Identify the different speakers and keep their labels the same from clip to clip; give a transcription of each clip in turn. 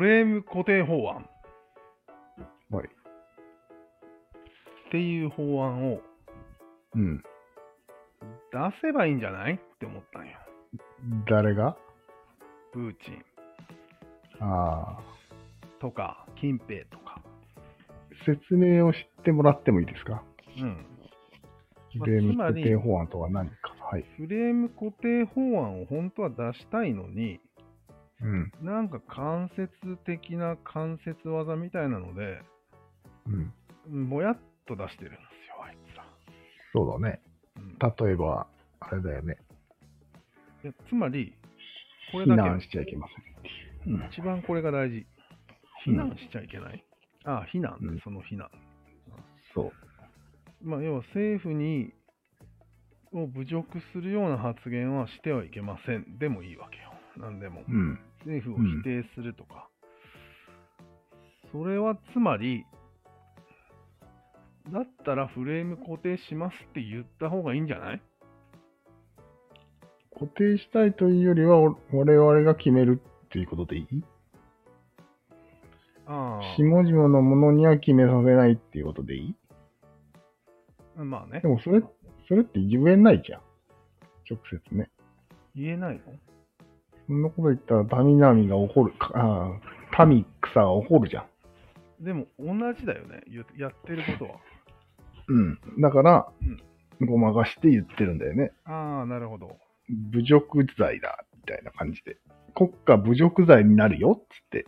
Speaker 1: レーム固定法案
Speaker 2: はい
Speaker 1: っていう法案を
Speaker 2: うん。
Speaker 1: 出せばいいんじゃないって思ったんよ。
Speaker 2: 誰が
Speaker 1: プーチン
Speaker 2: ああ。
Speaker 1: とか、近平とか。
Speaker 2: 説明を知ってもらってもいいですか
Speaker 1: うん。まあ
Speaker 2: ゲーム
Speaker 1: つま
Speaker 2: 固
Speaker 1: り
Speaker 2: 定法案とは何か。はい。
Speaker 1: フレーム固定法案を本当は出したいのに、
Speaker 2: うん。
Speaker 1: なんか間接的な間接技みたいなので、
Speaker 2: うん。
Speaker 1: もやっと出してるんですよ、あいつら。
Speaker 2: そうだね。
Speaker 1: うん
Speaker 2: 例えば、あれだよね。
Speaker 1: いやつまり、これ
Speaker 2: 避
Speaker 1: だ
Speaker 2: 難
Speaker 1: け、
Speaker 2: しちゃいけません。うん。
Speaker 1: 一番これが大事。避難しちゃいけない。ああ、避難、
Speaker 2: うん
Speaker 1: その避難。
Speaker 2: そう。
Speaker 1: まあ、要は政府にを侮辱するような発言はしてはいけません。でもいいわけよ。なんでも。
Speaker 2: うん。
Speaker 1: 政府を否定するとか。それはつまり、だったらフレーム固定しますって言った方がいいんじゃない
Speaker 2: 固定したいというよりは、お我々が決めるっていうことでいい
Speaker 1: あ
Speaker 2: 下々のものには決めさせないっていうことでいい
Speaker 1: あ、まあね
Speaker 2: で。もそれ、それって言えないじゃん。直接ね。
Speaker 1: 言えないの
Speaker 2: そんなこと言ったら、民並が怒る、かああ、民草が怒るじゃん。
Speaker 1: でも同じだよね。言やってることは。
Speaker 2: うん。だから、ごまかして言ってるんだよね。
Speaker 1: ああ、なるほど。
Speaker 2: 侮辱罪だ、みたいな感じで。国家侮辱罪になるよ、つって。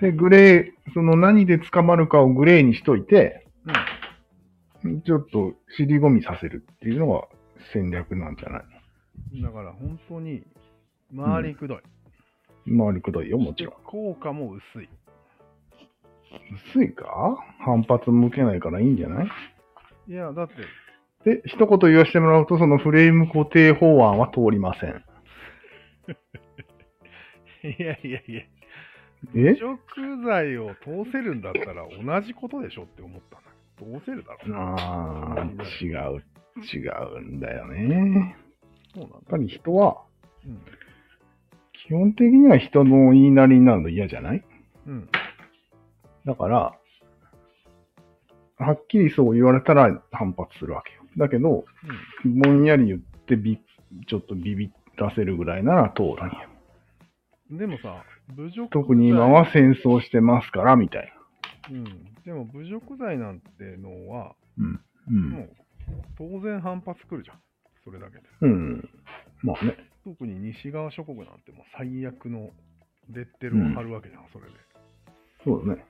Speaker 2: で、グレー、その何で捕まるかをグレーにしといて、
Speaker 1: うん。
Speaker 2: ちょっと尻込みさせるっていうのが戦略なんじゃない
Speaker 1: だから本当に周りくどい、
Speaker 2: の回りくどいよ、もち
Speaker 1: で
Speaker 2: ろん。
Speaker 1: 効果も薄い
Speaker 2: 薄いか反発向けないからいいんじゃない
Speaker 1: いやだって
Speaker 2: で、一言言わせてもらうと、そのフレーム固定法案は通りません。
Speaker 1: いやいやいや侮
Speaker 2: え
Speaker 1: 辱罪を通せるんだったら同じことでしょって思ったんだけど通せるだろうな
Speaker 2: ああ、違う、違うんだよね。
Speaker 1: そうなん
Speaker 2: やっぱり人は、
Speaker 1: だ
Speaker 2: 基本的には人の言いなりになるの嫌じゃない
Speaker 1: うん、うん、
Speaker 2: だから、はっきりそう言われたら反発するわけよ。だけど、ぼんやり言ってび、ちょっとビビらせるぐらいなら通るんよ。
Speaker 1: うん、でもさ侮辱罪
Speaker 2: 特に今は戦争してますから、みたい
Speaker 1: うん、でも侮辱罪なんてのは
Speaker 2: な。
Speaker 1: もう当然反発くるじゃんそれだけで
Speaker 2: うん。うん。まあね。
Speaker 1: 特に西側諸国なんてもう最悪のレッテルを貼るわけじゃん、それで
Speaker 2: そうだね。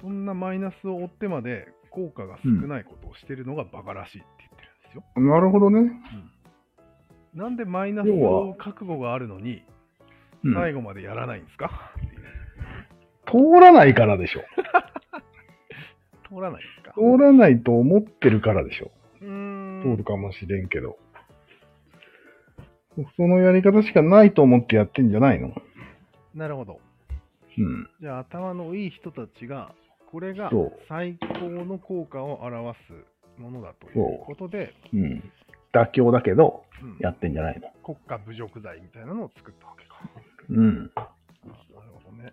Speaker 1: そんなマイナスを追ってまで効果が少ないことをしてるのがバカらしいって言ってるんですよ。
Speaker 2: なるほどね。
Speaker 1: なんでマイナスを覚悟があるのに
Speaker 2: うん
Speaker 1: 最後までやらないんですか、 っていう
Speaker 2: 通らないからでしょ。
Speaker 1: 通らないんですか
Speaker 2: 通らないと思ってるからでしょ。
Speaker 1: うーん
Speaker 2: 通るかもしれんけど。そのやり方しかないと思ってやってんじゃないの
Speaker 1: なるほど。
Speaker 2: うん。
Speaker 1: じゃあ頭のいい人たちがこれが
Speaker 2: そう
Speaker 1: 最高の効果を表すものだということで、
Speaker 2: うん。妥協だけど、
Speaker 1: うん
Speaker 2: やってんじゃないの
Speaker 1: 国家侮辱罪みたいなのを作ったわけか。
Speaker 2: うん。
Speaker 1: なるほどね。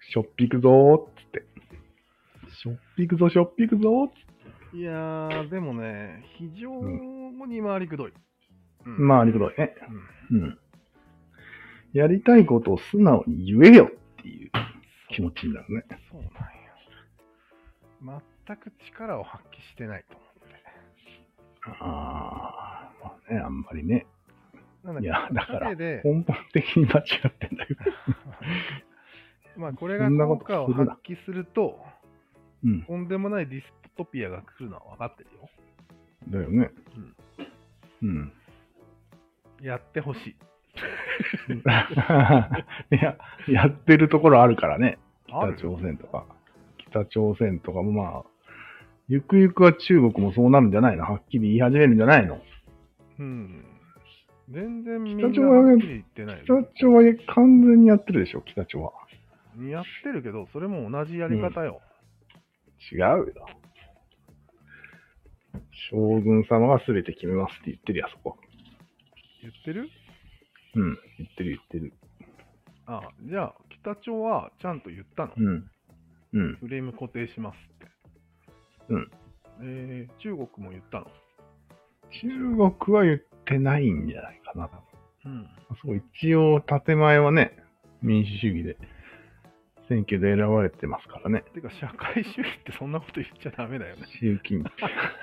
Speaker 2: しょっぴくぞーっつって。しょっぴくぞ、しょっぴくぞーっつって。
Speaker 1: いやー、でもね、非常に回りくどい。うん
Speaker 2: まあ、ありくどいね。
Speaker 1: うん
Speaker 2: うん。やりたいことを素直に言えよっていう気持ちになるね。
Speaker 1: そうなんや。全く力を発揮してないと思
Speaker 2: ああ、まあね、あんまりね。
Speaker 1: って。
Speaker 2: いやだから
Speaker 1: 陰で、
Speaker 2: 根本的に間違ってんだけど。
Speaker 1: まあ、これが
Speaker 2: そんなこ
Speaker 1: 効
Speaker 2: と
Speaker 1: 果を
Speaker 2: するな
Speaker 1: 発揮すると、
Speaker 2: うん。
Speaker 1: とんでもないディストピアが来るのは分かってるよ。
Speaker 2: だよね。うん。
Speaker 1: やってほしい。
Speaker 2: いや、やってるところあるからね。
Speaker 1: あ
Speaker 2: 北
Speaker 1: る
Speaker 2: 朝鮮とか。北朝鮮とかもまあ、ゆくゆくは中国もそうなるんじゃないのはっきり言い始めるんじゃないの
Speaker 1: うん。全然みんな
Speaker 2: 北朝鮮はね
Speaker 1: はっきり言ってない
Speaker 2: 北
Speaker 1: よ。
Speaker 2: 朝は完全にやってるでしょ、北朝は。
Speaker 1: やってるけど、それも同じやり方よ。
Speaker 2: 違うよ。将軍様が全て決めますって言ってるや、そこ。
Speaker 1: 言ってる
Speaker 2: うん。言ってる言ってる。
Speaker 1: ああ、じゃあ、板長はちゃんと言ったの。
Speaker 2: うん。うん。
Speaker 1: フレーム固定しますって。
Speaker 2: うん。
Speaker 1: えー、中国も言ったの。
Speaker 2: 中国は言ってないんじゃないかな。
Speaker 1: うん。
Speaker 2: そう、一応建前はね、民主主義で選挙で選ばれてますからね。
Speaker 1: てか、社会主義ってそんなこと言っちゃダメだよね。
Speaker 2: 習近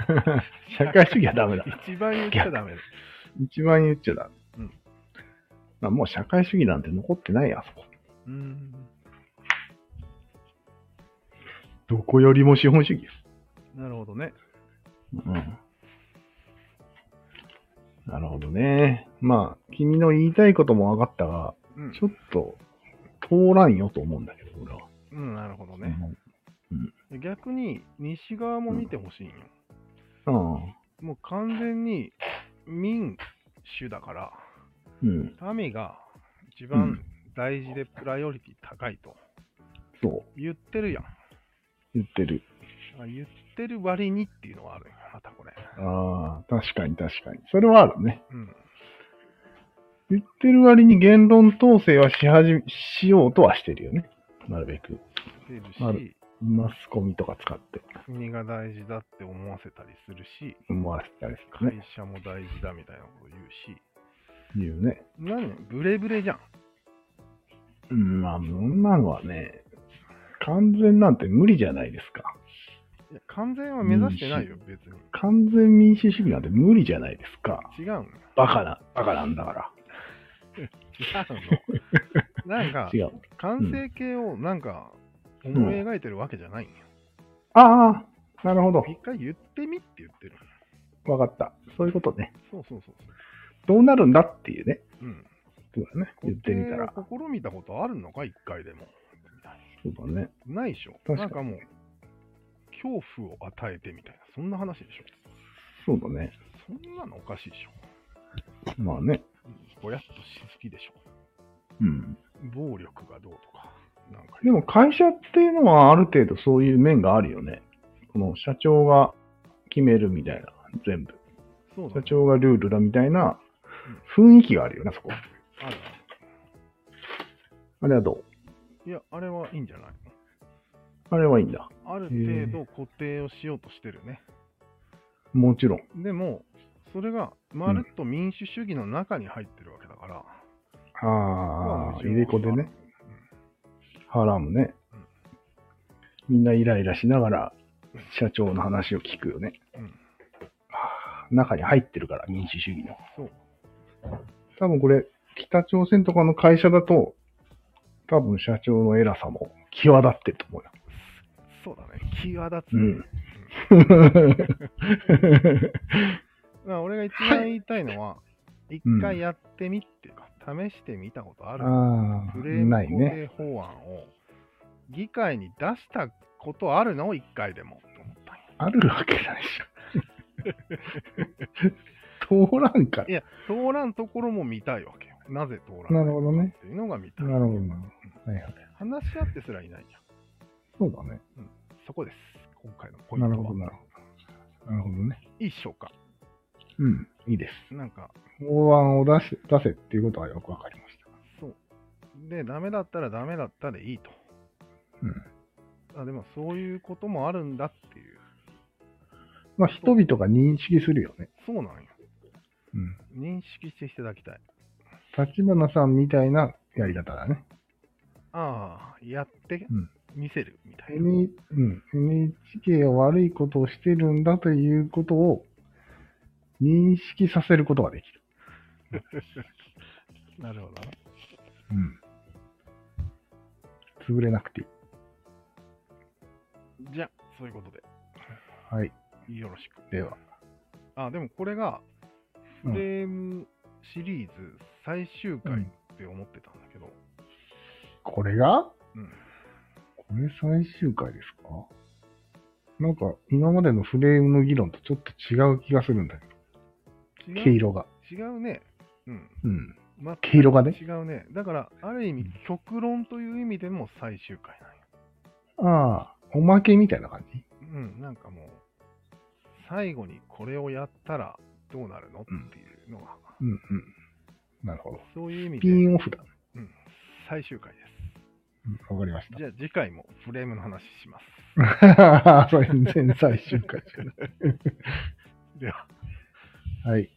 Speaker 2: 社会主義はダメだ。
Speaker 1: 一番言っちゃダメだ。
Speaker 2: 一番言っちゃダ
Speaker 1: う
Speaker 2: メ
Speaker 1: ん。
Speaker 2: うん、もう社会主義なんて残ってないや、あそこ。
Speaker 1: うん。
Speaker 2: どこよりも資本主義です。
Speaker 1: なるほどね。
Speaker 2: うん。なるほどね。まあ、君の言いたいことも分かったが、
Speaker 1: うん。
Speaker 2: ちょっと通らんよと思うんだけど、俺は。
Speaker 1: うん、なるほどね。逆に、西側も見てほしいんよ。
Speaker 2: うん。
Speaker 1: もう完全に民主だから。
Speaker 2: うん。
Speaker 1: 民が一
Speaker 2: う
Speaker 1: 番
Speaker 2: ん
Speaker 1: 大事でプライオリティ高いと
Speaker 2: そう。
Speaker 1: 言ってるやん。
Speaker 2: 言ってる。
Speaker 1: あ言ってる割にっていうのはあるんや、またこれ。
Speaker 2: ああ、確かに確かに。それはあるね。
Speaker 1: うん。
Speaker 2: 言ってる割に言論統制はし始め、しようとはしてるよね。なるべく。
Speaker 1: 出る
Speaker 2: あ
Speaker 1: し
Speaker 2: る、マスコミとか使って
Speaker 1: 国が大事だって思わせたりするし、
Speaker 2: 思わせたりするね。
Speaker 1: 会社も大事だみたいなこと言うし、
Speaker 2: 言うね。
Speaker 1: 何ブレブレじゃん。
Speaker 2: うん、まあ、そんなのはね、完全なんて無理じゃないですか。
Speaker 1: いや完全は目指してないよ、別に。
Speaker 2: 完全民主主義なんて無理じゃないですか。
Speaker 1: 違うんよ。
Speaker 2: バカな、バカなんだか。、
Speaker 1: 違うの。なんから
Speaker 2: 違う。
Speaker 1: 完成形をなんか思い描いてるわけじゃないんよ。
Speaker 2: ああ、なるほど。
Speaker 1: 一回言ってみって言ってる。
Speaker 2: わかった。そういうことね。
Speaker 1: そうそうそうそ
Speaker 2: どうなるんだっていうね。
Speaker 1: う。うん。
Speaker 2: そうだね。言ってみたら。
Speaker 1: 固定を試みたことあるのか、一回でも。
Speaker 2: そうだね。
Speaker 1: ないでしょ。
Speaker 2: 確かに
Speaker 1: なんかもう、恐怖を与えてみたいな、そんな話でしょ。
Speaker 2: そうだね。
Speaker 1: そんなのおかしいでしょ。
Speaker 2: まあね。
Speaker 1: ぼやっとしすぎでしょ。
Speaker 2: うん。
Speaker 1: 暴力がどうとか。なんか
Speaker 2: でも会社っていうのはある程度そういう面があるよね。この社長が決めるみたいな、全部。
Speaker 1: そうだ、
Speaker 2: 社
Speaker 1: ね、
Speaker 2: 長がルールだみたいな雰囲気があるよね、そこ。
Speaker 1: ある
Speaker 2: あれはどう
Speaker 1: いや、あれはいいんじゃない
Speaker 2: あれはいいんだ。
Speaker 1: ある程度固定をしようとしてるね。
Speaker 2: もちろん。
Speaker 1: でも、それがまるっと民主主義の中に入ってるわけだから、
Speaker 2: あ
Speaker 1: まあ
Speaker 2: あ、入れ子でね。ハラムね
Speaker 1: うん。
Speaker 2: みんなイライラしながら社長の話を聞くよね。
Speaker 1: うん、
Speaker 2: あー中に入ってるから、民主主義の。
Speaker 1: そう。
Speaker 2: 多分これ、北朝鮮とかの会社だと、多分社長の偉さも際立ってると思 うよ。
Speaker 1: そうだね。際立つ、
Speaker 2: う
Speaker 1: ね。
Speaker 2: ん
Speaker 1: だから俺が一番言いたいのは、一
Speaker 2: うん
Speaker 1: 回やってみっていうか、試してみたことある。
Speaker 2: ああ、
Speaker 1: フレーム
Speaker 2: ない
Speaker 1: 固
Speaker 2: ね。
Speaker 1: 定法案を議会に出したことあるの一回でもと思ったんよ
Speaker 2: あるわけないじゃん。通らんから
Speaker 1: い。や、通らんところも見たいわけよ。なぜ通らん
Speaker 2: なるほどね。
Speaker 1: っていうのが見たい。
Speaker 2: なるほどな。はいはい。
Speaker 1: 話し合ってすらいないじゃん。
Speaker 2: そうだね。
Speaker 1: そこです。今回のポイン
Speaker 2: な
Speaker 1: トは。
Speaker 2: るほど、なるほど。なるほどね。
Speaker 1: いいっしょうか。
Speaker 2: うん、いいです。
Speaker 1: なんか、
Speaker 2: 法案を出し出せっていうことはよくわかりました。
Speaker 1: そう。で、ダメだったらダメだったでいいと。
Speaker 2: うん
Speaker 1: あでも、そういうこともあるんだっていう。
Speaker 2: まあ、人々が認識するよね。
Speaker 1: そうなんよ。
Speaker 2: うん。
Speaker 1: 認識していただきたい。
Speaker 2: 立花さんみたいなやり方だね。
Speaker 1: ああ、やって
Speaker 2: うん
Speaker 1: 見せるみたいな。
Speaker 2: N うん、NHK は悪いことをしてるんだということを認識させることができる。
Speaker 1: なるほどな。
Speaker 2: うん。潰れなくていい。
Speaker 1: じゃあ、そういうこと
Speaker 2: はい。
Speaker 1: で、よろしく。
Speaker 2: では。
Speaker 1: あ、でもこれが、フ
Speaker 2: うん
Speaker 1: レームシリーズ最終
Speaker 2: う
Speaker 1: 回
Speaker 2: ん
Speaker 1: って思ってたんだけど、
Speaker 2: これが
Speaker 1: うん。
Speaker 2: これ最終回ですかなんか、今までのフレームの議論とちょっと違う気がするんだけど。毛
Speaker 1: 違う
Speaker 2: 色が。
Speaker 1: 違うね。うん。
Speaker 2: うん。
Speaker 1: ま、
Speaker 2: 毛色がね。
Speaker 1: 違うね。だから、ある意味、極論という意味でも最終回
Speaker 2: ああ、おまけみたいな感じ
Speaker 1: なんよ。うん、なんかもう、最後にこれをやったらどうなるのって
Speaker 2: うん
Speaker 1: いうのが、
Speaker 2: うんうん。なるほど。
Speaker 1: そういう意味
Speaker 2: ピ
Speaker 1: で、
Speaker 2: ンオフだ。
Speaker 1: うん、最終回です。
Speaker 2: うんわかりまし
Speaker 1: じゃあ次回もフレームの話します。
Speaker 2: た。それ全最終回じゃな
Speaker 1: では。
Speaker 2: い。はい。